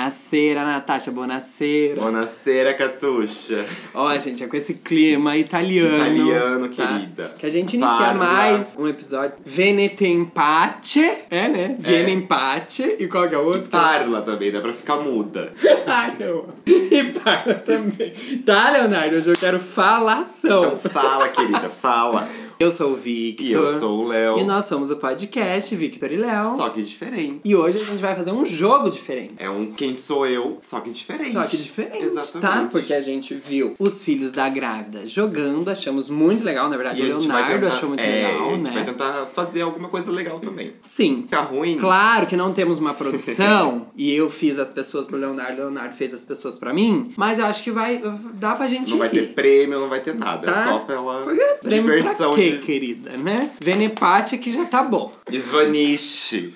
Bonacera, Natasha, bonacera. Buonasera, Catuxa. Ó, gente, é com esse clima italiano. Italiano, tá? querida. Que a gente inicia Parla. mais um episódio. Venete empate. É, né? Viene empate. E qual que é o outro? Ah, Parla também, dá pra ficar muda. Ai, eu... E para também. Tá, Leonardo? Hoje eu quero falação. Então fala, querida, fala. Eu sou o Victor. E eu sou o Léo. Então, E nós somos o podcast Victor e Léo. Só que diferente. E hoje a gente vai fazer um jogo diferente. É um quem sou eu, só que diferente. Só que diferente, Exatamente. tá? Porque a gente viu os filhos da grávida jogando, achamos muito legal, na verdade, E a o gente vai Leonardo tentar- achou muito é, legal, A gente vai né? tentar fazer alguma coisa legal também. Sim. Ficar ruim? Claro que não temos uma produção e eu fiz as pessoas pro Leonardo, o Leonardo fez as pessoas pra mim, mas eu acho que vai dá pra gente Não vai rir. ter prêmio, não vai ter nada. Tá. É só pela Porque prêmio diversão pra quê, de. querida, né? Venepate que já tá bom. Svanish.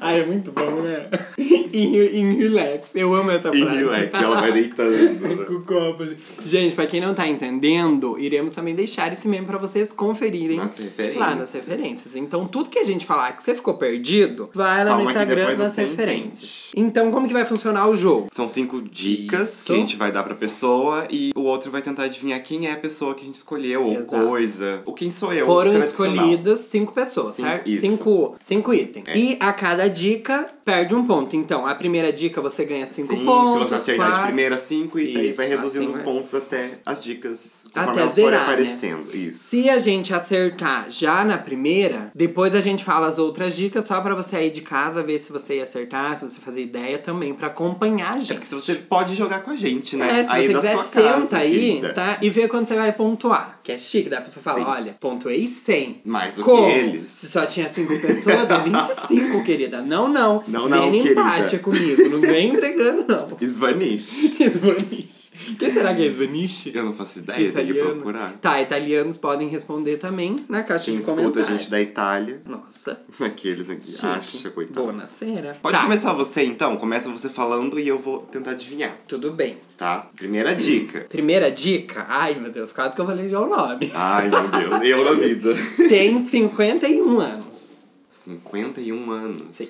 Ai, é muito bom, né? em, em relax. Eu amo essa e frase. relax, ela vai deitando. Com o copo, assim. Gente, pra quem não tá entendendo, iremos também deixar esse meme pra vocês conferirem Nas referências. lá nas referências. Então, tudo que a gente falar que você ficou perdido, vai lá Calma no que Instagram depois nas você referências. Então, como que vai funcionar o jogo? São cinco dicas Isso. que a gente vai dar pra pessoa e o outro vai tentar adivinhar quem é a pessoa que a gente escolheu, ou Exato. coisa, ou quem sou eu. Foram tradicional. escolhidas cinco pessoas, Cinco, certo? isso. Cinco, cinco itens. É. E a cada dica perde um ponto. Então, a primeira dica você ganha cinco Sim, pontos. se você acertar quatro- de primeira, cinco, e daí Isso, vai reduzindo assim os vai. pontos até as dicas conforme Até elas zerar, forem né? aparecendo. Isso. Se a gente acertar já na primeira, depois a gente fala as outras dicas só pra você aí de casa ver se você ia acertar, se você fazer ideia também pra acompanhar a É gente. porque se você pode jogar com a gente, né? É, se aí você da quiser, sua casa, senta aí, querida. tá? E vê quando você vai pontuar. Que é chique, dá pra você falar, Sim. olha, pontuei 100. Mais do Como? que eles. Se só tinha 5 pessoas, é 25, querida. Não, não. Não, não, Vem no querida. empate comigo, não vem entregando, não. Svanish. Esvaniche. Quem será que é Esvaniche? Eu não faço ideia, tem que É, Italiano. procurar. Tá, italianos podem responder também na caixa Quem de escuta a comentários. gente da Itália, Nossa. aqueles aqui. chique. Acha, coitado. Bonacera. Pode Tá, começar você então? Começa você falando e eu vou tentar adivinhar, Tudo bem. tá? Primeira dica. Primeira dica. Ai, meu Deus, quase que eu falei já o nome. Ai, meu Deus, eu na vida. Tem 51 anos. 51 anos. Sim.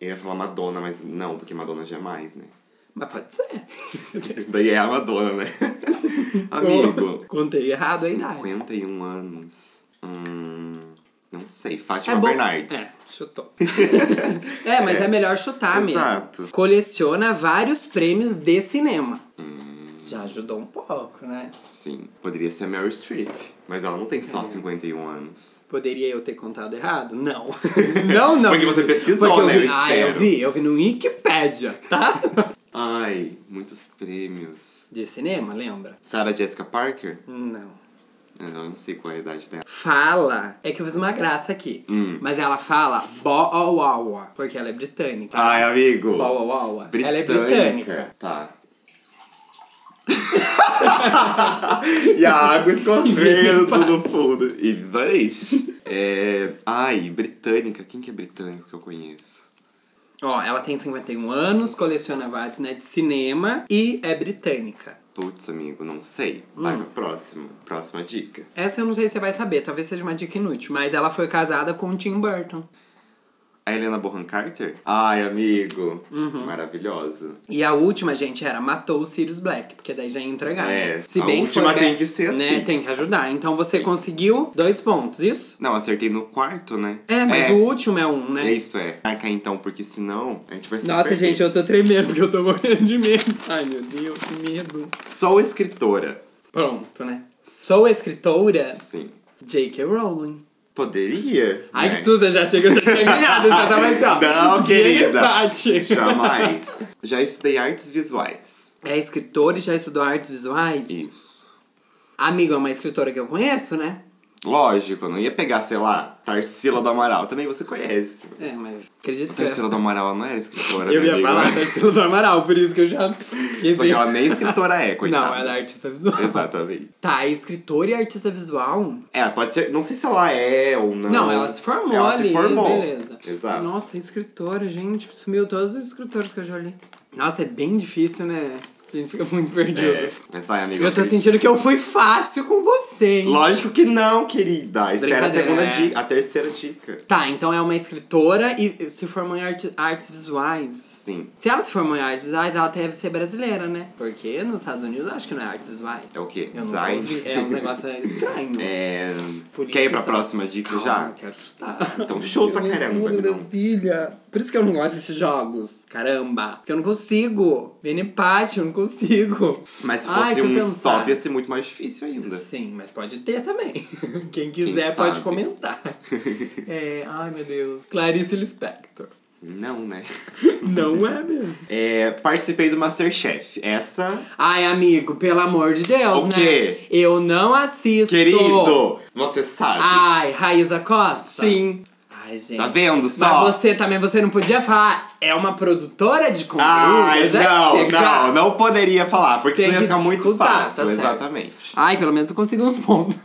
Eu ia falar Madonna, mas não, porque Madonna já é mais, né? Mas pode ser. Daí é a Madonna, né? Amigo. Contei errado a idade. 51 anos. Hum. Não sei. É Fátima bom. um, Bernardes. É, chutou. é, mas é, melhor chutar Exato. mesmo. Coleciona vários prêmios de cinema. Hum, Já ajudou um pouco, né? sim. Poderia ser a Meryl Streep. Mas ela não tem É. só 51 anos. Poderia eu ter contado errado? Não. Não, não. Porque você pesquisou, Porque eu né? vi- Eu ah, eu espero. vi. Eu vi no Wikipedia, tá? Ai, muitos prêmios. De cinema, lembra? Sarah Jessica Parker? Não. Eu não sei qual é a idade dela. Fala. É que eu fiz uma graça aqui. Hum. Mas ela fala Boawawa, porque ela é britânica. Ai, amigo. Boawawa. Ah, Britânica. Ela é britânica. Tá. e a água escorrendo no fundo. E desvanece. É... Ai, britânica. Quem que é britânico que eu conheço? Ó, ela tem 51 anos, coleciona vários, né, de cinema e é britânica. Putz, amigo, não sei. Vai pra próxima. Próxima dica. Essa eu não sei se você vai saber, talvez seja uma dica inútil, mas ela foi casada com o Tim Burton. A Helena Bonham Carter? Ai, amigo. Maravilhosa. E a última, gente, era matou o Sirius Black, porque daí já ia entregar. né? É, Se a bem que foi última tem bem- que ser né, assim. Tem que ajudar. Então você Sim. conseguiu dois pontos, isso? Não, acertei no quarto, né? É, mas o último é um, É né? isso, é. Marca então, porque senão a gente vai se Nossa, perder. gente, eu tô tremendo, porque eu tô morrendo de medo. Ai, meu Deus, que medo. Sou escritora. Pronto, né? Sou escritora Sim. J.K. Rowling. Poderia. Ai, né? que susto, eu já chega, eu já tinha ganhado, eu já tava assim, ó. Não, querida. Empate. Jamais. Já estudei artes visuais. É escritora e já estudou artes visuais? Isso. Amigo, é uma escritora que eu conheço, né? Lógico, eu não ia pegar, sei lá, Tarsila do Amaral. Também você conhece. É, mas acredito que... Tarsila do Amaral ela não era escritora, Eu ia minha amiga. falar Tarsila do Amaral, por isso que eu já... Só que ela nem escritora é, coitada. Não, ela é artista visual. Exatamente. Tá, é escritora e artista visual? É, pode ser. Não sei se ela é ou não. Não, ela se formou Ela ali, se formou. beleza. Exato. Nossa, escritora, gente, sumiu todos os escritores que eu já li. Nossa, é bem difícil, né? A gente fica muito perdido. É, mas vai, amigo. Eu tô acredito. sentindo que eu fui fácil com você, hein? Lógico que não, querida. Espera a segunda Brincadeira, né? dica, a terceira dica. Tá, então é uma escritora e se formou em arte- artes visuais. Sim, Se ela se formou em artes visuais, ela deve ser brasileira, né? Porque nos Estados Unidos eu acho que não é artes visuais. é o quê? Eu nunca Design. ouvi. É um negócio estranho. É, Política Quer ir pra também. próxima dica Calma, já? eu Quero chutar. Então chuta, Eu caramba, juro, não. Brasília. Por isso que eu não gosto desses jogos, caramba. Porque eu não consigo. Vem empate, eu não consigo. Mas se Ai, fosse Ah, deixa eu um pensar. stop, ia ser muito mais difícil ainda. Sim, mas pode ter também. Quem quiser Quem pode sabe? comentar. É, ai meu Deus. Clarice Lispector. Não, né? Não é mesmo? É, participei do Masterchef. Essa, Ai, amigo, pelo amor de Deus, O né? quê? Eu não assisto. querido, você sabe. Ai, Raíza Costa? Sim. Ai, gente. Tá vendo só? Mas você também, você não podia falar, é uma produtora de conteúdo. Ai, eu já ia Ah, não, pegar. não, não poderia falar, porque Tem senão ia que ficar muito dificultar, fácil. tá certo. exatamente. Ai, pelo menos eu consigo um ponto.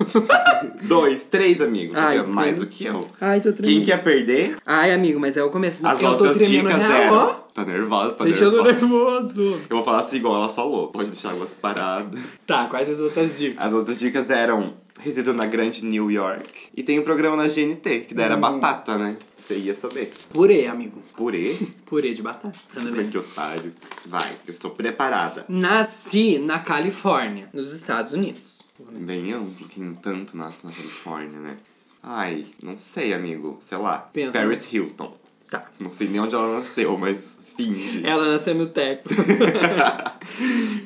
Dois, três, amigos, tá Ai, vendo? Mais tem- do que eu. Ai, tô Quem quer perder? Ai, amigo, mas é o começo. As porque eu tô outras tremendo dicas real, eram. ó. Tá nervosa, tá Sentindo nervosa. nervoso. Eu vou falar assim igual ela falou. Pode deixar água separada. Tá, quais as outras dicas? As outras dicas eram resido na grande New York e tem um programa na GNT, que daí Hum. era batata, né? Você ia saber. Purê, amigo. Purê? Purê de batata. Tudo bem. que otário. Vai, eu sou preparada. Nasci na Califórnia, nos Estados Unidos. Bem amplo, que nem tanto nasce na Califórnia, né? Ai, não sei, amigo. Sei lá. Pensa. né? Paris Hilton. Tá. Não sei nem onde ela nasceu, mas finge. Ela nasceu no Texas.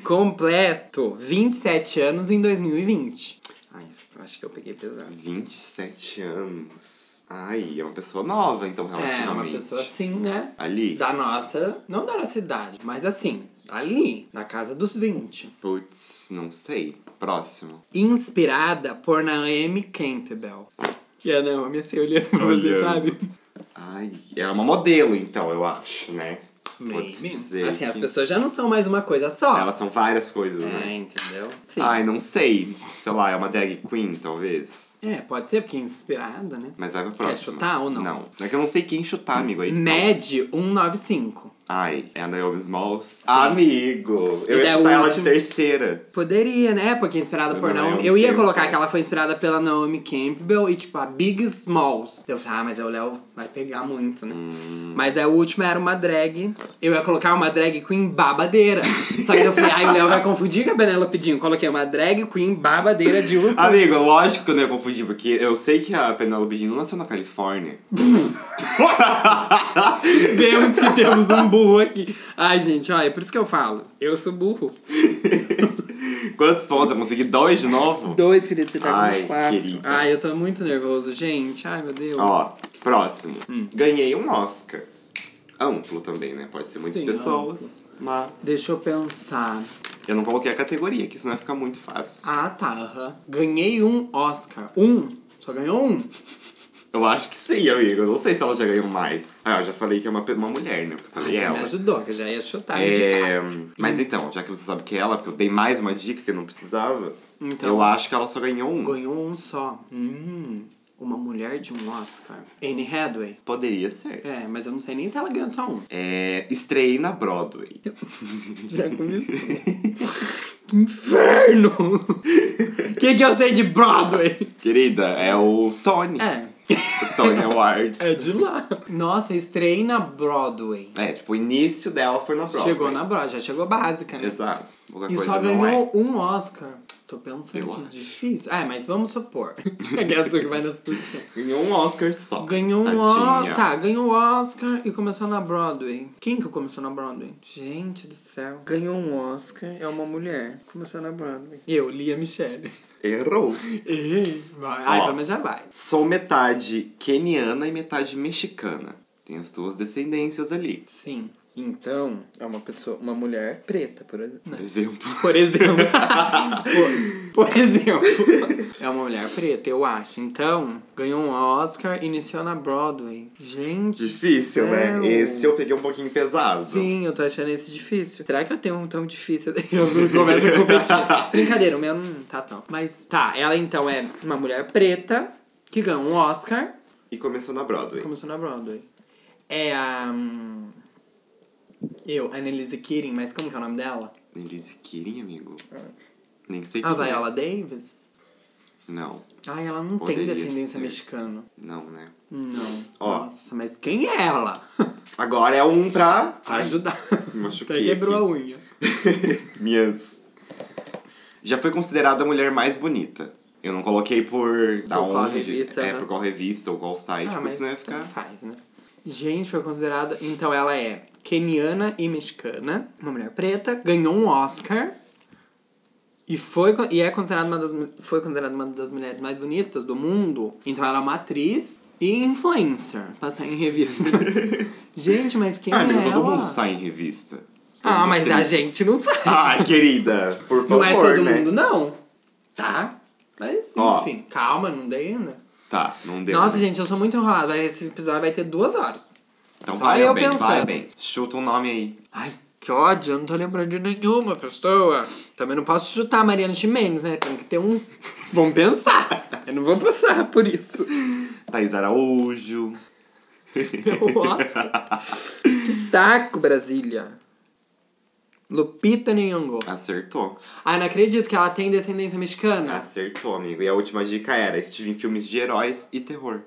Completo 27 anos em 2020. Ai, acho que eu peguei pesado. 27 anos. Ai, é uma pessoa nova, então, relativamente. É, uma pessoa assim, né? Ali. Da nossa, não da nossa idade, mas assim, ali, na casa dos 20. Putz, não sei. Próximo. Inspirada por Naomi Campbell. Que é a Naomi assim, olhando pra você, Olhando. sabe? Ai, ela é uma modelo, então, eu acho, né? Pode-se Maybe. dizer. Assim, as que ah, pessoas já não são mais uma coisa só. Elas são várias coisas, É, né? entendeu? Sim. Ai, não sei. Sei lá, é uma drag queen, talvez. É, pode ser, porque é inspirada, né? Mas vai pra próxima. chutar ou não? Hum. Né? Não. É que eu não sei quem chutar, amigo. Aí que tá. Mede 195. Ai, é a Naomi Smalls. Amigo! Eu E é ia da chutar ela de última- terceira. Poderia, né? Porque é inspirada Eu por não Naomi. lembro Eu ia quem colocar foi. que ela foi inspirada pela Naomi Campbell e, tipo, a Big Smalls. Eu falei, ah, mas o Léo vai pegar muito, né? Hum. Mas daí a última era uma drag. Eu ia colocar uma drag queen babadeira. Só que daí eu falei, ai, o Léo vai confundir com a Penélope Jean. Coloquei uma drag queen babadeira de Urucu. Amigo, lógico que eu não ia confundir, porque eu sei que a Penelope Jean não nasceu na Califórnia. Deus que temos um burro aqui. Ai, gente, olha, é por isso que eu falo. Eu sou burro. Quantos pontos? Eu consegui dois de novo? Dois, querido, você tá com Ai, quatro. querida. Ai, eu tô muito nervoso, gente. Ai, meu Deus. Ó, próximo. Hum. Ganhei um Oscar. Amplo também, né? Pode ser muitas Sim, pessoas, mas... Deixa eu pensar. Eu não coloquei a categoria, que senão vai ficar muito fácil. Ah, tá. aham. Ganhei um Oscar. Um? Só ganhou um? Eu acho que sim, amigo. Eu não sei se ela já ganhou mais. Ah, eu já falei que é uma, pe- uma mulher, né? Porque Ai, eu falei Ah, já ela. me ajudou, que eu já ia chutar. É, indicar. mas então, já que você sabe que é ela, porque eu dei mais uma dica que eu não precisava, Então. eu acho que ela só ganhou um. Ganhou um só. Hum, uma mulher de um Oscar. Anne Hathaway. Poderia ser. É, mas eu não sei nem se ela ganhou só um. É, estreiei na Broadway. Já começou. que inferno! O que, que eu sei de Broadway? Querida, é o Tony. É, O Tony Awards. é de lá. Nossa, estreiei na Broadway. É, tipo, o início dela foi na Broadway. Chegou na Broadway, já chegou básica, né? Exato. Qualquer E coisa só não é. ganhou um Oscar. Tô pensando Eu que acho. difícil. É, mas vamos supor. Aquela sua que vai nas posições. Ganhou um Oscar só. Ganhou um Tadinha. Oscar. Tá, ganhou um Oscar e começou na Broadway. Quem que começou na Broadway? Gente do céu. Ganhou um Oscar, é uma mulher. Começou na Broadway. Eu, Lia Michelle. Errou. Ei, vai. Ai, Ó. pelo menos já vai. Sou metade queniana e metade mexicana. Tem as duas descendências ali. Sim. Então, é uma pessoa, uma mulher preta, por exemplo. Por exemplo. Por exemplo. por, por exemplo. É uma mulher preta, eu acho. Então, ganhou um Oscar, iniciou na Broadway. Gente. do Difícil, céu. né? Esse eu peguei um pouquinho pesado. Sim, eu tô achando esse difícil. Será que eu tenho um tão difícil? Eu não começo a competir. Brincadeira, o meu não tá tão. Mas tá, ela então é uma mulher preta que ganhou um Oscar. E começou na Broadway. Começou na Broadway. É a. hum, eu, Annelise Keating, mas como que é o nome dela? Elise Kirin, amigo. Ah. Nem sei quem A é. Viola Davis? Não, Ai, ela não Poderia tem descendência ser. mexicana. não, né? Não. Ó. Nossa, mas quem é ela? Agora é um pra... Pra ajudar. me machuquei Até quebrou aqui. a unha. Minhas. Já foi considerada a mulher mais bonita. Eu não coloquei por da Por qual onde. revista, é, né? por qual revista ou qual site, Ah, porque mas tipo, senão ia tanto ficar. faz, né? Gente, foi considerada... Então, ela é keniana e mexicana. Uma mulher preta. Ganhou um Oscar. E, foi, con- e é considerada uma das, mu- foi considerada uma das mulheres mais bonitas do mundo. Então, ela é uma atriz e influencer. Passar em revista. Gente, mas quem é Ah, amigo, ela? todo mundo sai em revista. Todas Ah, as mas a atrizes. gente não sabe. Ah, querida, por favor, Não é todo né? mundo, não. Tá? Mas, Ó. enfim, calma, não dei ainda. Tá, não deu. Nossa, né? gente, eu sou muito enrolada. Esse episódio vai ter duas horas. Então só vai, eu bem, vai pensando. bem. Chuta um nome aí. Ai, que ódio, eu não tô lembrando de nenhuma pessoa. Também não posso chutar a Mariana Ximenes, né? Tem que ter um. Vamos pensar. Eu não vou passar por isso. Thaís Araújo. Nossa. Que saco, Brasília. Lupita Nyong'o. Acertou. Ah, não acredito que ela tem descendência mexicana. Acertou, amigo. E a última dica era: estive em filmes de heróis e terror.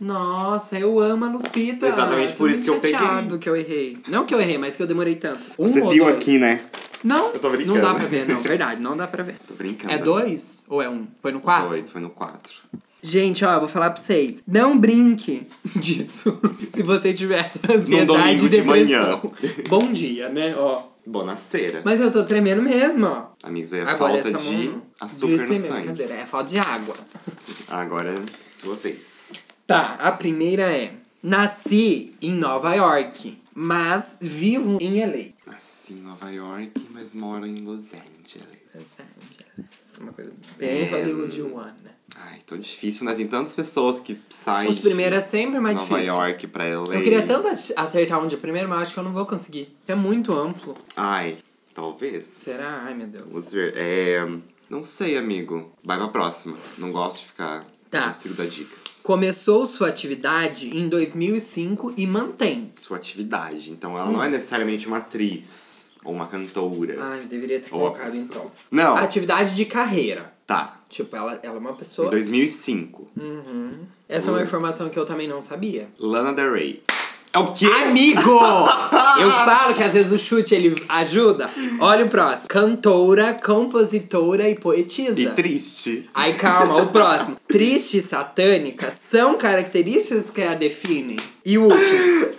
Nossa, eu amo a Lupita. Exatamente Tô por muito isso que eu peguei. chateado que eu errei. Não que eu errei, mas que eu demorei tanto. Um Você ou viu dois? aqui, né? Não, Eu tô brincando. não dá pra ver, não. Verdade, não dá pra ver. Tô brincando. É dois ou é um? Foi no quatro? Dois, foi no quatro. Gente, ó, vou falar pra vocês. Não brinque disso. Se você tiver ansiedade domingo e de manhã. depressão. Bom dia, né? Ó. Bonaceira. Mas eu tô tremendo mesmo, ó. Amigos, aí é Agora falta essa mão de não. açúcar no Glicemia, sangue. brincadeira, É falta de água. Agora é sua vez. Tá, a primeira é: Nasci em Nova York, mas vivo em LA. Nasci em Nova York, mas moro em Los Angeles. Los Angeles, é Uma coisa bem É. hollywoodiana. Ai, tão difícil, né? Tem tantas pessoas que saem Os primeiros é sempre de mais Nova difícil. York pra LA. Eu queria tanto ach- acertar um de primeiro, mas acho que eu não vou conseguir. É muito amplo. Ai, talvez. Será? Ai, meu Deus. Vamos ver. É... Não sei, amigo. Vai pra próxima. Não gosto de ficar... Tá. Não consigo dar dicas. Começou sua atividade em 2005 e mantém. Sua atividade. Então, ela Hum. não é necessariamente uma atriz. Ou uma cantora. Ai, eu deveria ter ou uma colocado pessoa. então. Não, Atividade de carreira. tá. Tipo, ela, ela é uma Em pessoa. 2005. Uhum. Essa é uma Putz. informação que eu também não sabia. Lana Del Rey. É o quê? Amigo! Eu falo que às vezes o chute ele ajuda. Olha o próximo. Cantora, compositora e poetisa. E triste. Aí calma, o próximo. Triste e satânica são características que a definem. E o último.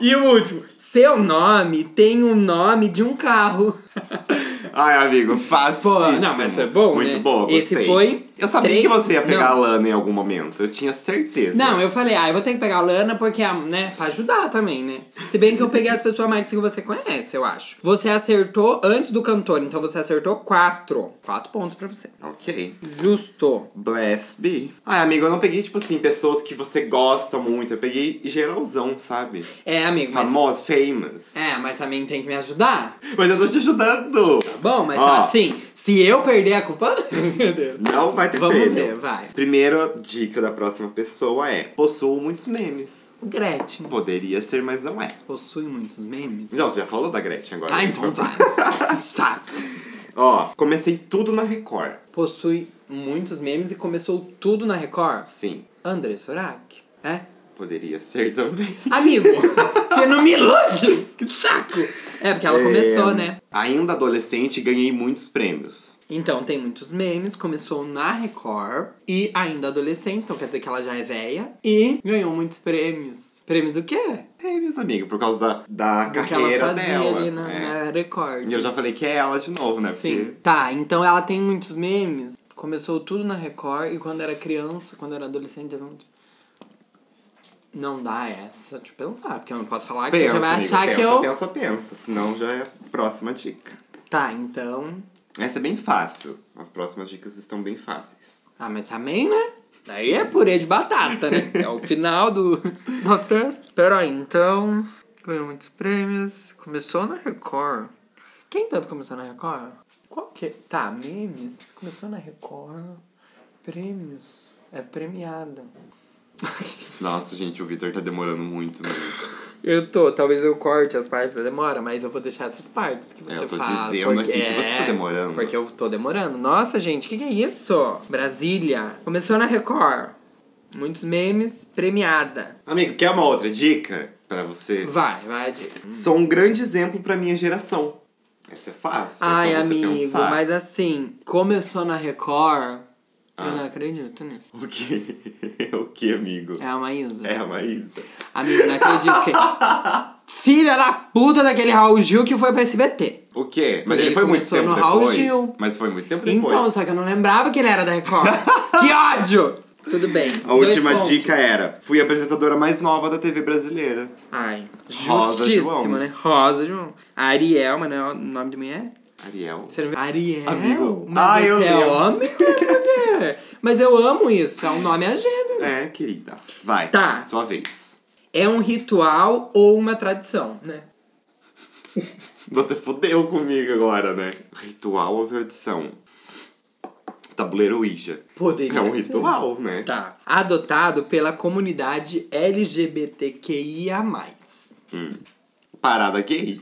e o último. Seu nome tem o nome de um carro. Ai, amigo, fácil. Pô, não, mas foi bom, Muito né? bom, gostei. Esse foi Eu sabia três- que você ia pegar não. a Lana em algum momento. Eu tinha certeza. Não, eu falei, ah, eu vou ter que pegar a Lana porque, ah, né, pra ajudar também, né? Se bem que eu peguei as pessoas mais que você conhece, eu acho. Você acertou antes do cantor, então você acertou quatro. Quatro pontos pra você. Ok. Justo. Bless be. Ai, amigo, eu não peguei, tipo assim, pessoas que você gosta muito. Eu peguei geralzão, sabe? É, amigo, mas... Famosa, famous. É, mas também tem que me ajudar. Mas eu tô te ajudando. Bom, mas Ó. assim, se eu perder a culpa. Meu Deus. Não vai ter Vamos prêmio. ver, vai. Primeira dica da próxima pessoa é: possuo muitos memes. Gretchen Poderia ser, mas não é. possui muitos memes. Não, você já falou da Gretchen agora. Ah, né? então vai. Que Saco. Ó, comecei tudo na Record. Possui muitos memes e começou tudo na Record. Sim, André Sorak, é? poderia ser também. Amigo, você não me ilude! Que saco! É, porque ela É, começou, né? Ainda adolescente, ganhei muitos prêmios. Então tem muitos memes, começou na Record e ainda adolescente, então quer dizer que ela já é velha e ganhou muitos prêmios. Prêmio do quê? Prêmios, amigo, É, por causa da, da Do que ela carreira fazia dela. ali na, é. na Record. E eu já falei que é ela de novo, né? Sim. Porque Tá, então ela tem muitos memes. Começou tudo na Record e quando era criança, quando era adolescente, teve muito. Não dá essa de pensar, porque eu não posso falar É que você pensa, já vai amigo, achar pensa, que eu. pensa, pensa. Senão já é a próxima dica. Tá, então. Essa é bem fácil. As próximas dicas estão bem fáceis. Ah, mas também, né? Daí é purê de batata, né? É o final do do teste. Pera aí, então. Ganhou muitos prêmios. Começou na Record. Quem tanto começou na Record? Qual que? Tá, memes. Começou na Record. Prêmios. É premiada. Nossa, gente, o Vitor tá demorando muito mesmo. Eu tô, talvez eu corte as partes da demora, mas eu vou deixar essas partes que É, você eu tô fala. dizendo aqui que você tá é, demorando. Porque eu tô demorando. Nossa, gente, o que, que é isso? Brasília. Começou na Record. Muitos memes, premiada. Amigo, quer uma outra dica pra você? Vai, vai, dica. Sou um grande exemplo pra minha geração. Essa é fácil. Ai, é só você amigo, pensar. mas assim, começou na Record. Ah. Eu não acredito, né? O que? o que, amigo? É a Maísa. É a Maísa. Amigo, não acredito que. Filha da puta daquele Raul Gil que foi pra SBT. O quê? Mas Porque ele, ele foi muito começou tempo no Raul depois. Gil. Mas foi muito tempo Então, depois. só que eu não lembrava que ele era da Record. que ódio! Tudo bem. A última dica era: fui a apresentadora mais nova da TV brasileira. Ai, Rosa justíssimo, João. né? Rosa João. Ariel, mas não é o nome de mulher? Ariel. Você não viu? Ariel? Amigo. Mas Ah, esse eu é lembro. homem ou é mulher? Mas eu amo isso, é um nome agenda. É, querida. Vai. Tá. Sua vez. É um ritual ou uma tradição, né? Você fodeu comigo agora, né? Ritual ou tradição? Tabuleiro Ouija. Poderia É um ser. ritual, né? Tá. Adotado pela comunidade LGBTQIA+. Parada gay.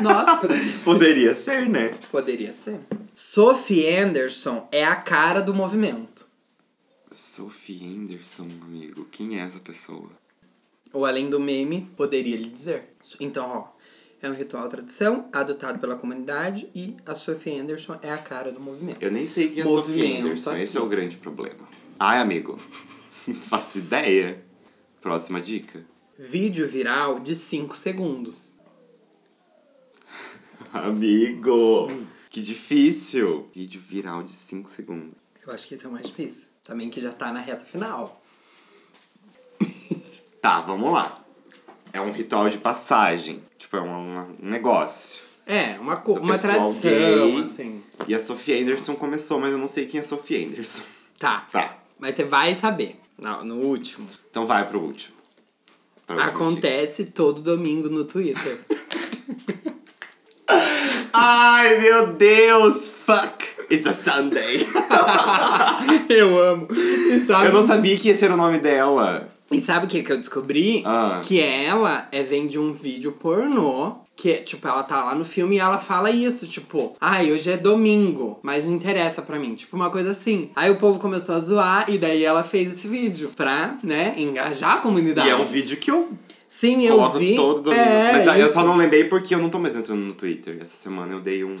Nossa, Poderia ser, né? poderia ser. Sophie Anderson é a cara do movimento. Sophie Anderson, amigo. Quem é essa pessoa? Ou além do meme, poderia lhe dizer. Então, ó, é um ritual tradição, adotado pela comunidade, e a Sophie Anderson é a cara do movimento. Eu nem sei quem é a Movimento Sophie Anderson. aqui. Esse é o grande problema. Ai, amigo. Faço ideia. Próxima dica. Vídeo viral de 5 segundos. Amigo. Que difícil. Vídeo viral de 5 segundos. Eu acho que isso é o mais difícil. Também que já tá na reta final. Tá, vamos lá. É um ritual de passagem. Tipo, é um, uma- um negócio. É, uma, co- Do uma pessoal tradição, gay. assim. E a Sophie Anderson começou, mas eu não sei quem é a Sophie Anderson. Tá. Tá. Mas você vai saber. No, no último. Então vai pro último. Pra última dica. Acontece todo domingo no Twitter. Ai, meu Deus! Fuck! It's a Sunday! eu amo. E sabe, eu não sabia que ia ser o nome dela. e sabe o que, que eu descobri? Ah. Que ela é, vem de um vídeo pornô. Que, é, tipo, ela tá lá no filme e ela fala isso, tipo, ai, hoje é domingo, mas não interessa pra mim. Tipo, uma coisa assim. Aí o povo começou a zoar e daí ela fez esse vídeo pra, né, engajar a comunidade. E é um vídeo que eu Sim, eu coloco vi. todo domingo. É, Mas ah, eu isso. só não lembrei porque eu não tô mais entrando no Twitter. Essa semana eu dei um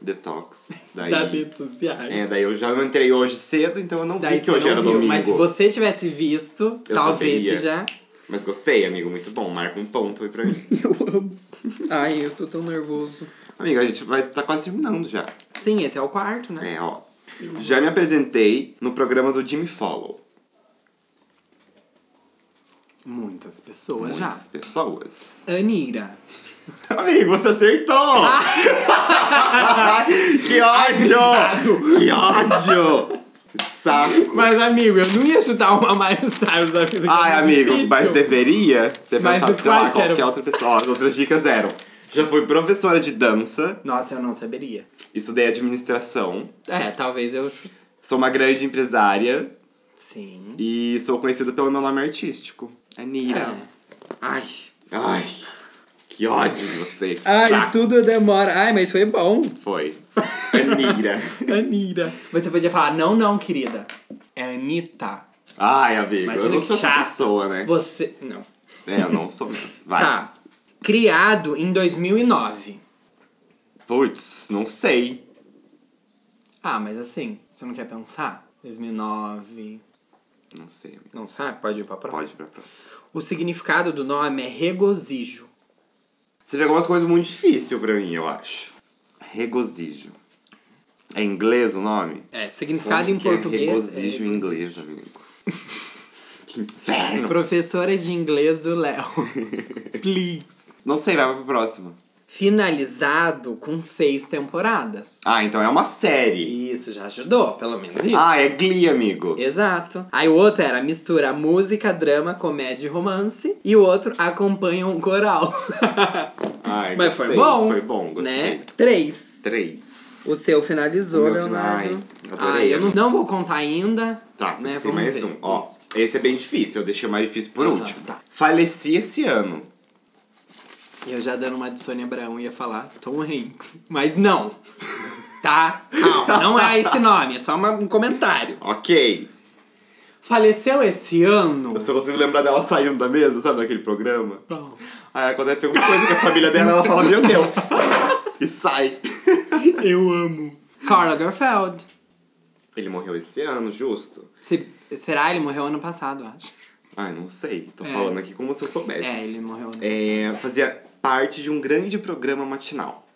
detox. Daí, Das redes sociais. é, daí eu já não entrei hoje cedo, então eu não Daí vi que você hoje não era viu, domingo. Mas se Mas, você tivesse visto, Eu talvez saberia. você já. gostei, amigo, muito bom. Marca um ponto aí pra mim. Eu amo. Ai, eu tô tão nervoso. amigo, a gente vai tá quase terminando já. Sim, esse é o quarto, né? É, ó. Já me apresentei no programa do Jimmy Follow. Muitas pessoas Muitas pessoas. já. Anira. Amigo, você acertou! que ódio! que ódio! Que Saco! Mas, amigo, eu não ia chutar uma Miley Cyrus da vida. que é Ai, muito amigo, difícil. mas deveria ter Mas pensado, os sei lá, quais qualquer eram? outra pessoa. Ó, as outras dicas eram. Já fui professora de dança, Nossa, eu não saberia. estudei administração, É, talvez eu. chu- sou uma grande empresária Sim. e sou conhecida pelo meu nome artístico. Anira. É. Ai. Ai, que ódio de você. que Ai, saco. tudo demora. Ai, mas foi bom. Foi. É Anira. Anira. Mas você podia falar, não, não, querida. É Anitta. Ai, amigo, Imagina eu não que sou essa é chato. pessoa, né? Você. Não. É, eu não sou mesmo. Vai. Tá. Criado em 2009. Putz, não sei. Ah, mas assim, você não quer pensar? 2009. Não sei, amigo. Não sabe? Pode ir pra próxima. Pode ir pra próxima. O significado do nome é regozijo. Você pegou umas coisas muito difíceis pra mim, eu acho. Regozijo. É inglês o nome? É, significado Como em que português. É é regozijo em inglês, amigo. que inferno! Professora de inglês do Léo. Please. Não sei, vai pra próxima. Finalizado com seis temporadas. Ah, então é uma série. Isso já ajudou, pelo menos isso. Ah, é Glee, amigo. Exato. Aí o outro era mistura música, drama, comédia e romance. E o outro acompanha um coral. Ai, Mas Ah, gostei. foi bom. Foi bom, gostei. Né? Três. Três. O seu finalizou, O meu Leonardo. final- Ah, ai, adorei. eu não, não vou contar ainda. Tá, né? tem Vamos mais ver. um. Ó, Isso. esse é bem difícil, eu deixei o mais difícil por Aham, último. tá. Faleci esse ano. E eu já dando uma de Sônia Abraão ia falar Tom Hanks. Mas não. tá? Não, não é esse nome, é só uma- um comentário. Ok. Faleceu esse ano? Eu só consigo lembrar dela saindo da mesa, sabe, daquele programa? Não. Aí acontece alguma coisa com a família dela, ela fala, meu Deus! E sai. Eu amo. Karl Lagerfeld. Ele morreu esse ano, justo? Se- será? Ele morreu ano passado, eu acho. Ai, não sei. Tô É. falando aqui como se eu soubesse. É, ele morreu ano É, fazia parte de um grande programa matinal.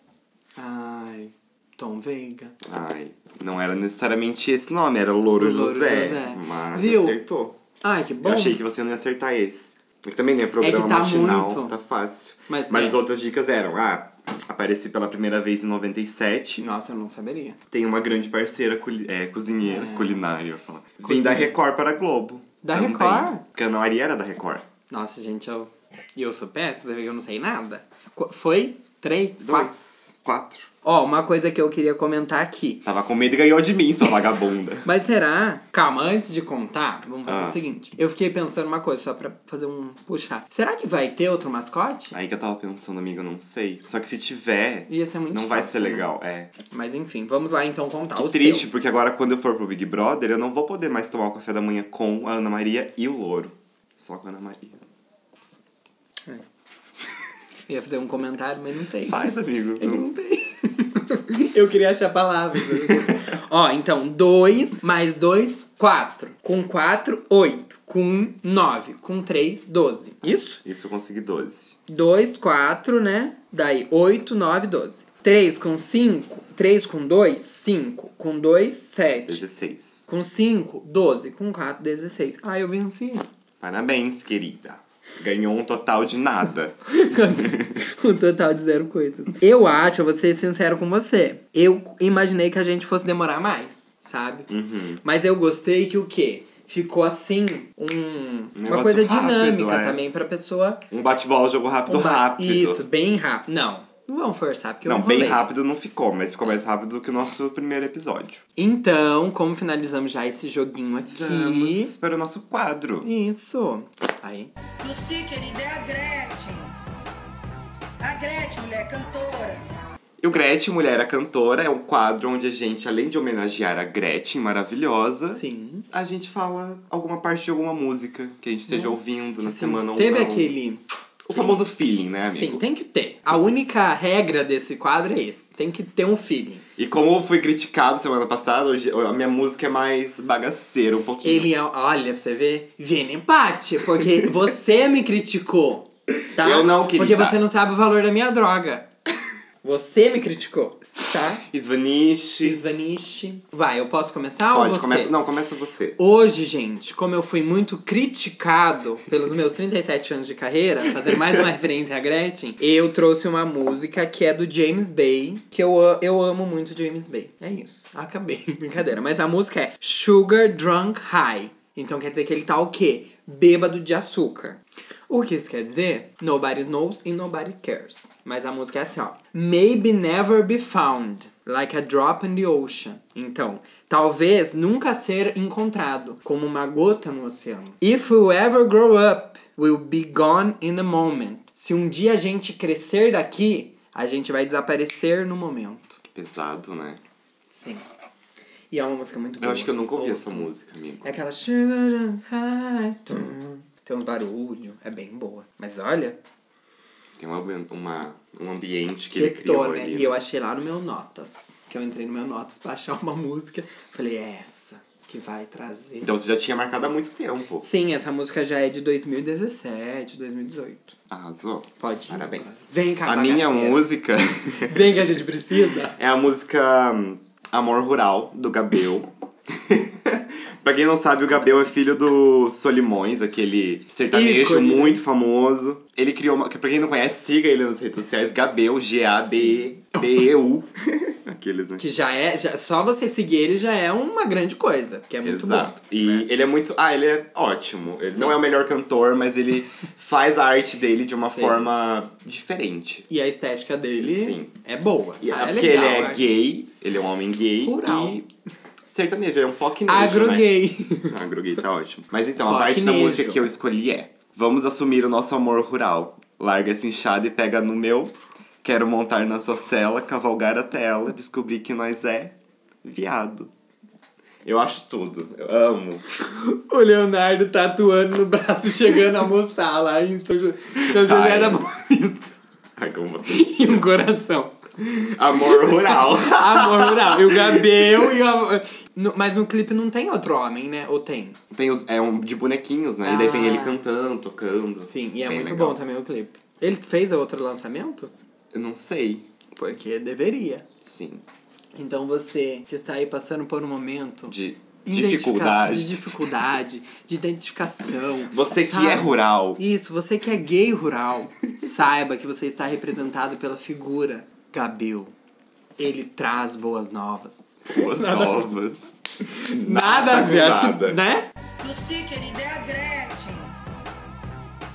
Ai, Tom Veiga. Ai, não era necessariamente esse nome, era Louro, Louro José, José. Mas Viu? acertou. Ai, que bom. Eu achei que você não ia acertar esse. Porque também não é programa tá matinal, muito. tá fácil. Mas, Mas é. outras dicas eram, ah, apareci pela primeira vez em 97, Nossa, eu não saberia. tem uma grande parceira culi- é, cozinheira, É. culinária, eu ia falar. Vem Cozinha. da Record para a Globo. Da também. Record? Porque a Ana Maria era da Record. Nossa, gente, eu. E eu sou péssimo, você vê que eu não sei nada. Qu- Foi? Três? Quatro? Dois, quatro. Ó, uma coisa que eu queria comentar aqui. Tava com medo e ganhou de mim, sua vagabunda. Mas será? Calma, antes de contar, vamos fazer Ah. o seguinte. Eu fiquei pensando uma coisa, só pra fazer um puxar. Será que vai ter outro mascote? Aí que eu tava pensando, amiga, eu não sei. Só que se tiver, Ia ser muito não vai chato, ser né? legal, é. Mas enfim, vamos lá então contar o Triste, seu. porque agora quando eu for pro Big Brother, eu não vou poder mais tomar o café da manhã com a Ana Maria e o Louro. Só com a Ana Maria. Ia fazer um comentário, mas não tem. Faz, amigo. Ele não tem. Eu queria achar palavras. eu não consegui. Ó, então, 2 mais 2, 4. Com 4, 8. Com 9. Com 3, 12. Isso? Isso eu consegui 12. 2, 4, né? Daí 8, 9, 12. 3 com 5, 3 com 2, 5. Com 2, 7. 16. Com 5, 12. Com 4, 16. Ah, eu venci. Parabéns, querida. Ganhou um total de nada. um total de zero coisas. Eu acho, eu vou ser sincero com você. Eu imaginei que a gente fosse demorar mais, sabe? Uhum. Mas eu gostei que o quê? Ficou assim, um, uma Negócio coisa rápido, dinâmica é. também pra pessoa. Um bate-bola, jogo rápido, Um ba- rápido. Isso, bem rápido. Não, não vamos forçar, porque eu não, não bem rolei. rápido não ficou, mas ficou mais rápido do que o nosso primeiro episódio. Então, como finalizamos já esse joguinho aqui. Vamos para o nosso quadro. Isso. Aí. Lucy, querida, é a Gretchen. A Gretchen, mulher, cantora. E o Gretchen, Mulher a Cantora, é um quadro onde a gente, além de homenagear a Gretchen maravilhosa, Sim. a gente fala alguma parte de alguma música que a gente esteja ouvindo na Né? Sim, semana ou Teve não. aquele. O famoso feeling, né, Sim, amigo? tem que ter. A única regra desse quadro é esse. Tem que ter um feeling. E como eu fui criticado semana passada, hoje a minha música é mais bagaceira um pouquinho. Ele é. Olha, pra você ver. Vini empate, porque você me criticou. Tá? Eu não, querida. Porque você não sabe o valor da minha droga. Você me criticou, tá? Svanish. Svanish. Vai, eu posso começar ou Pode, Ah, você? começa. Não, começa você. Hoje, gente, como eu fui muito criticado pelos meus 37 anos de carreira, fazendo mais uma referência à Gretchen, eu trouxe uma música que é do James Bay, que eu, a- eu amo muito James Bay. É isso. Acabei, brincadeira. Mas a música é Sugar Drunk High. Então quer dizer que ele tá o quê? Bêbado de açúcar. O que isso quer dizer? Nobody knows and nobody cares. Mas a música é assim, ó. Maybe never be found, like a drop in the ocean. Então, talvez nunca ser encontrado, como uma gota no oceano. If we ever grow up, we'll be gone in a moment. Se um dia a gente crescer daqui, a gente vai desaparecer no momento. Pesado, né? Sim. E é uma música muito boa. Eu acho que eu nunca ouvi essa Ouçam. música, amigo. É aquela sugar high. tum. Tem uns barulhos, é bem boa. Mas olha, Tem uma, uma- um ambiente que, que ele criou né? ali. E eu achei lá no meu Notas. Que eu entrei no meu Notas pra achar uma música. Falei, é essa que vai trazer. Então você já tinha marcado há muito tempo. Sim, essa música já é de 2017, 2018. Arrasou. Pode ir. Parabéns. Vem cá, A minha bagaceira. música Vem que a gente precisa. é a música hum, Amor Rural, do Gabel. pra quem não sabe, o Gabel é filho do Solimões, aquele sertanejo Ícone, né? muito famoso. Ele criou uma. Pra quem não conhece, siga ele nas redes sociais, Gabel, G-A-B-B-E-U. Aqueles, né? Que já é. já- só você seguir ele já é uma grande coisa. Que é muito Exato. bom. E né? ele é muito. Ah, ele é ótimo. Ele não é o melhor cantor, mas ele faz a arte dele de uma Sim. forma diferente. E a estética dele Sim. é boa. E tá? é é porque legal. ele é gay, ele é um homem gay Rural. e sertanejo, ele é um foque nejo, Agrogay. Né? Agro gay tá ótimo. Mas então, a Foque parte da nejo. música que eu escolhi é Vamos assumir o nosso amor rural. Larga essa inchada e pega no meu. Quero montar na sua cela, cavalgar até ela, descobrir que nós é viado. Eu acho tudo. Eu amo. O Leonardo tatuando no braço, chegando a mostrar lá em São, jo... São José Ai. da Boa Vista. Ai, como você. E um coração. Amor rural. Amor rural. E o Gabriel e o... amor- No- Mas no clipe não tem outro homem, né? Ou tem? Tem os, é um de bonequinhos, né? E daí tem Ah. ele cantando, tocando. Sim, e é Bem muito legal. bom também o clipe. Ele fez outro lançamento? Eu não sei. Porque deveria. Sim. Então você que está aí passando por um momento De identifica- de dificuldade. dificuldade, de identificação. Você que sabe? é rural. Isso, você que é gay rural, saiba que você está representado pela figura Gabriel. Ele traz boas novas. Boas novas. Nada, a com ver, acho que- nada. né? Lucy, querida, é a Gretchen.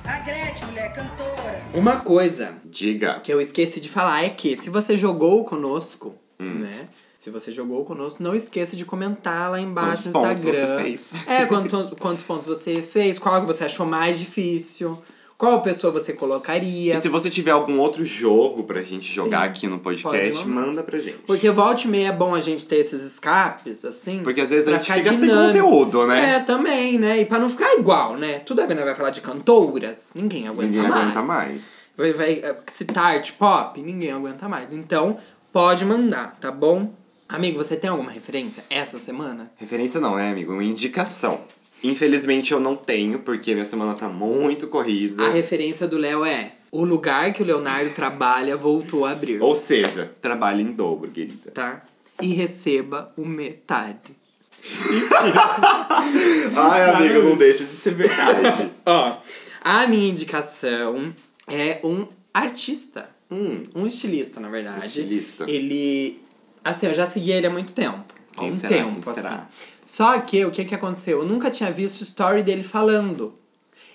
A Gretchen, mulher cantora. Uma coisa Diga. que eu esqueci de falar é que se você jogou conosco, Hum. né? Se você jogou conosco, não esqueça de comentar lá embaixo no Quantos pontos Instagram. você fez? É, quanto- quantos pontos você fez, qual que você achou mais difícil, qual pessoa você colocaria. E se você tiver algum outro jogo pra gente jogar Sim. aqui no Pode podcast, mandar. manda pra gente. Porque volta e meia é bom a gente ter esses escapes, assim. Porque às vezes pra a gente ficar fica sem dinâmico. conteúdo, né? É, também, né? E pra não ficar igual, né? Tudo bem, vai falar de cantoras, ninguém aguenta Ninguém mais. aguenta mais. Vai, vai eh, citar arte pop, ninguém aguenta mais. Então, pode mandar, tá bom? Amigo, você tem alguma referência essa semana? Referência não, né, amigo? Uma indicação. Infelizmente eu não tenho, porque minha semana tá muito corrida. A referência do Léo é o lugar que o Leonardo trabalha voltou a abrir, Ou seja, trabalha em dobro, querida. tá? E receba o metade. Ai, Tá amigo, vendo? não deixa de ser verdade. Ó, a minha indicação é um artista. hum, Um estilista, na verdade. Estilista. Ele. Assim, eu já segui ele há muito tempo. Há Quem um será? tempo, Quem assim. será? Só que o que, que aconteceu? Eu nunca tinha visto story dele falando.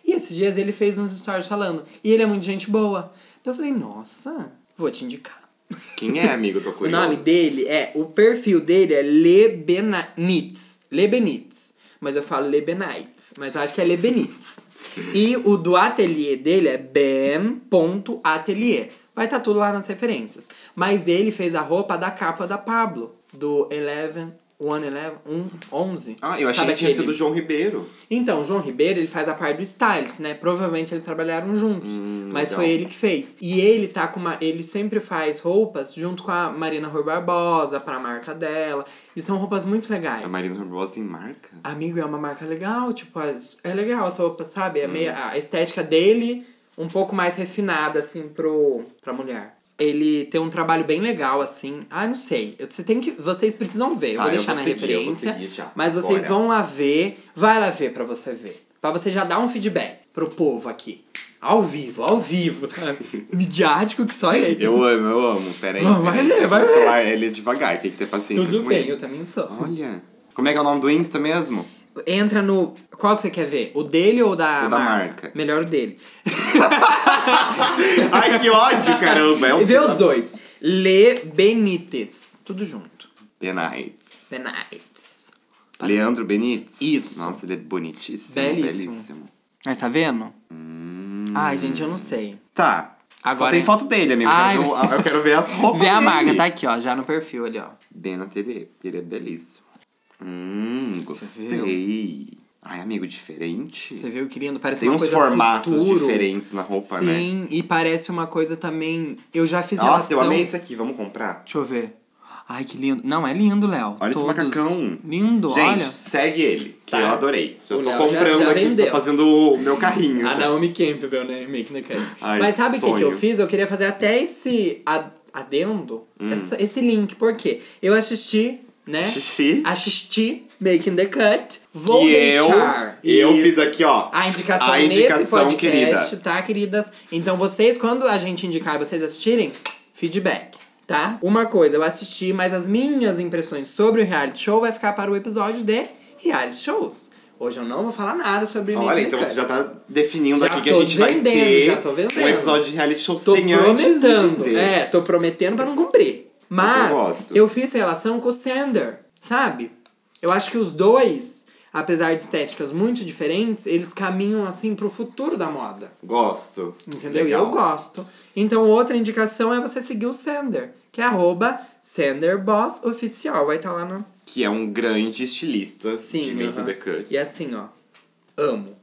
E esses dias ele fez uns stories falando. E ele é muito gente boa. Então eu falei, nossa, vou te indicar. quem é, amigo? Tô O curioso. nome dele é. O perfil dele é Lebenitz. Lebenitz. Mas eu falo Lebenites. Mas eu acho que é Lebenitz. e o do ateliê dele é ben.atelier. Vai estar tudo lá nas referências. Mas ele fez a roupa da capa da Pablo. Do 11, 111, 11. Ah, eu achei Sabe que tinha aquele? sido o João Ribeiro. Então, o João Ribeiro, ele faz a parte do Styles, né? Provavelmente eles trabalharam juntos. Hum, mas legal. foi ele que fez. E ele tá com uma. Ele sempre faz roupas junto com a Marina Rui Barbosa, pra marca dela. E são roupas muito legais. A Marina Barbosa tem marca? Amigo, é uma marca legal, tipo, as- é legal essa roupa, sabe? É Uhum. meio, a estética dele, um pouco mais refinada, assim, pro, pra mulher. Ele tem um trabalho bem legal, assim. Ah, não sei. Eu- Você tem que. Vocês precisam ver. Eu Tá, vou eu deixar na vou seguir, eu vou referência. seguir já. Mas vocês Bora. vão lá ver. Vai lá ver pra você ver. Pra você já dar um feedback pro povo aqui. Ao vivo, ao vivo, sabe? Midiático que só ele. Eu amo, eu amo. Pera aí. Não, pera vai aí. ler, Meu vai celular, ele é devagar, tem que ter paciência Tudo com bem, ele. eu também sou. Olha. Como é que é o nome do Insta mesmo? Entra no. Qual que você quer ver? O dele ou da, O da marca? marca. Melhor o dele. Ai, que ódio, caramba. É E um vê os dois. Le Benítez. Tudo junto. Benite. Benites. Leandro Benítez? Isso. Nossa, ele é bonitíssimo. Belíssimo. Belíssimo. Mas tá vendo? Hum. Ai, gente, eu não sei. Tá. Agora- é. Só tem foto dele, amigo. Ai, eu, quero, eu quero ver as roupas Vê a dele. marca, tá aqui, ó. Já no perfil ali, ó. Bem na TV. Ele é belíssimo. Hum, Você gostei. Ai, amigo, diferente. Você viu, querendo? Parece tem uma uns coisa formatos futuro. diferentes na roupa, né? Sim, e parece uma coisa também. Eu já fiz Nossa, eu relação- amei isso aqui. Vamos comprar? Deixa eu ver. Ai, que lindo. Não, é lindo, Léo. Olha esse Todos. macacão. Lindo, Gente, olha. segue ele, que Tá. eu adorei. Já O tô Léo já- comprando já aqui, vendeu. Ah, tô fazendo o meu carrinho. tá? A já. Naomi Campbell, né? Make the Cut. Ai, Mas sabe o que, que eu sonho. fiz? Eu queria fazer até esse a- adendo, Hum. essa- esse link. Por quê? Eu assisti, né? Xixi. Assisti Making the Cut. Vou e deixar. eu, eu isso. Ah, fiz aqui, ó. A indicação, a nesse indicação, podcast, querida. tá, queridas? Então vocês, quando a gente indicar e vocês assistirem, feedback, tá? Uma coisa, eu assisti, mas as minhas impressões sobre o reality show vai ficar para o episódio de reality shows. Hoje eu não vou falar nada sobre Making Olha, the então Cut. você já tá definindo Já aqui que a tô gente vai vendendo, ter já tô vendendo. um episódio de reality show Tô sem antes de prometendo. dizer. É, tô prometendo pra não cumprir. Mas eu gosto. eu fiz relação com o Sander, sabe? Eu acho que os dois. apesar de estéticas muito diferentes, eles caminham assim pro futuro da moda. Gosto. Entendeu? E Legal. eu gosto. Então, outra indicação é você seguir o Sender, que é arroba SenderBossOficial. Vai estar lá no. Que é um grande estilista de Sim. Make aham. the Cut. E assim, ó. Amo.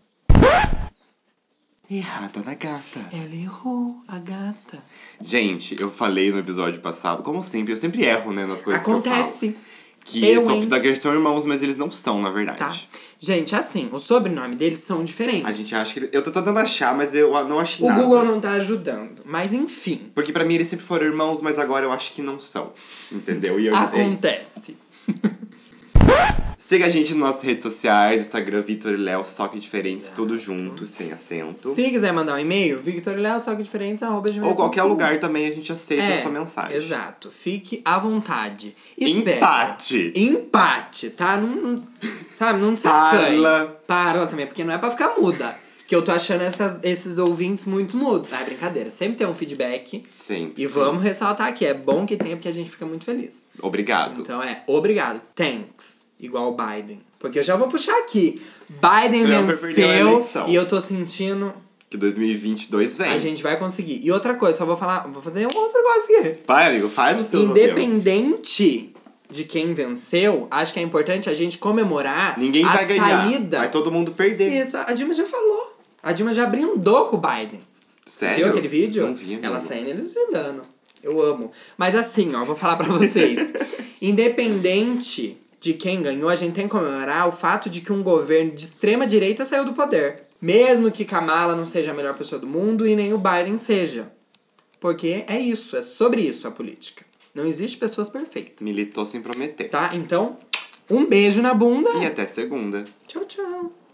Errada da gata. Ela errou, a gata. Gente, eu falei no episódio passado, como sempre, eu sempre erro, né, nas coisas que eu falo. Acontece. Que Eu, hein? Softdagger são irmãos, mas eles não são, na verdade. Tá. Gente, assim, o sobrenome deles são diferentes. A gente acha que... ele- Eu tô tentando achar, mas eu não achei Tá. O nada. Google não tá ajudando. Mas enfim, Porque pra mim eles sempre foram irmãos, mas agora eu acho que não são. Entendeu? E eu, é isso. acontece. Siga a gente nas nossas redes sociais, Instagram, Vitor e Léo, só que diferentes, tudo junto, sem acento. Se quiser mandar um e-mail, victorleo, só que diferentes, arroba gmail Ou ponto qualquer com. É, lugar também a gente aceita a sua mensagem. Exato. Fique à vontade. Espera. Empate! Empate, tá? Não, não- sabe, não sacanhe. Parla! Parla também, porque não é pra ficar muda. Que eu tô achando essas- esses ouvintes muito mudos. Ah, é brincadeira. Sempre tem um feedback. Sempre. E vamos ressaltar aqui. É bom que tenha, porque a gente fica muito feliz. Obrigado. Então é, obrigado. Thanks. Igual o Biden. Porque eu já vou puxar aqui. Biden Trump perdeu a venceu eleição. e eu tô sentindo Que 2022 vem. a gente vai conseguir. E outra coisa, só vou falar, vou fazer um outro negócio aqui. Vai, amigo, faz os seus apelos. Independente de quem venceu, acho que é importante a gente comemorar Ninguém a vai ganhar. saída. Vai todo mundo perder. Isso, a Dilma já falou. A Dilma já brindou com o Biden. Sério? Viu aquele vídeo? Não vi, amigo. Ela saindo e eles brindando. Eu amo. Mas assim, ó, vou falar pra vocês. Independente de quem ganhou, a gente tem que comemorar o fato de que um governo de extrema direita saiu do poder. Mesmo que Kamala não seja a melhor pessoa do mundo e nem o Biden seja. Porque é isso, é sobre isso a política. Não existe pessoas perfeitas. Militou sem prometer. Tá? Então, um beijo na bunda. E até segunda. Tchau, tchau.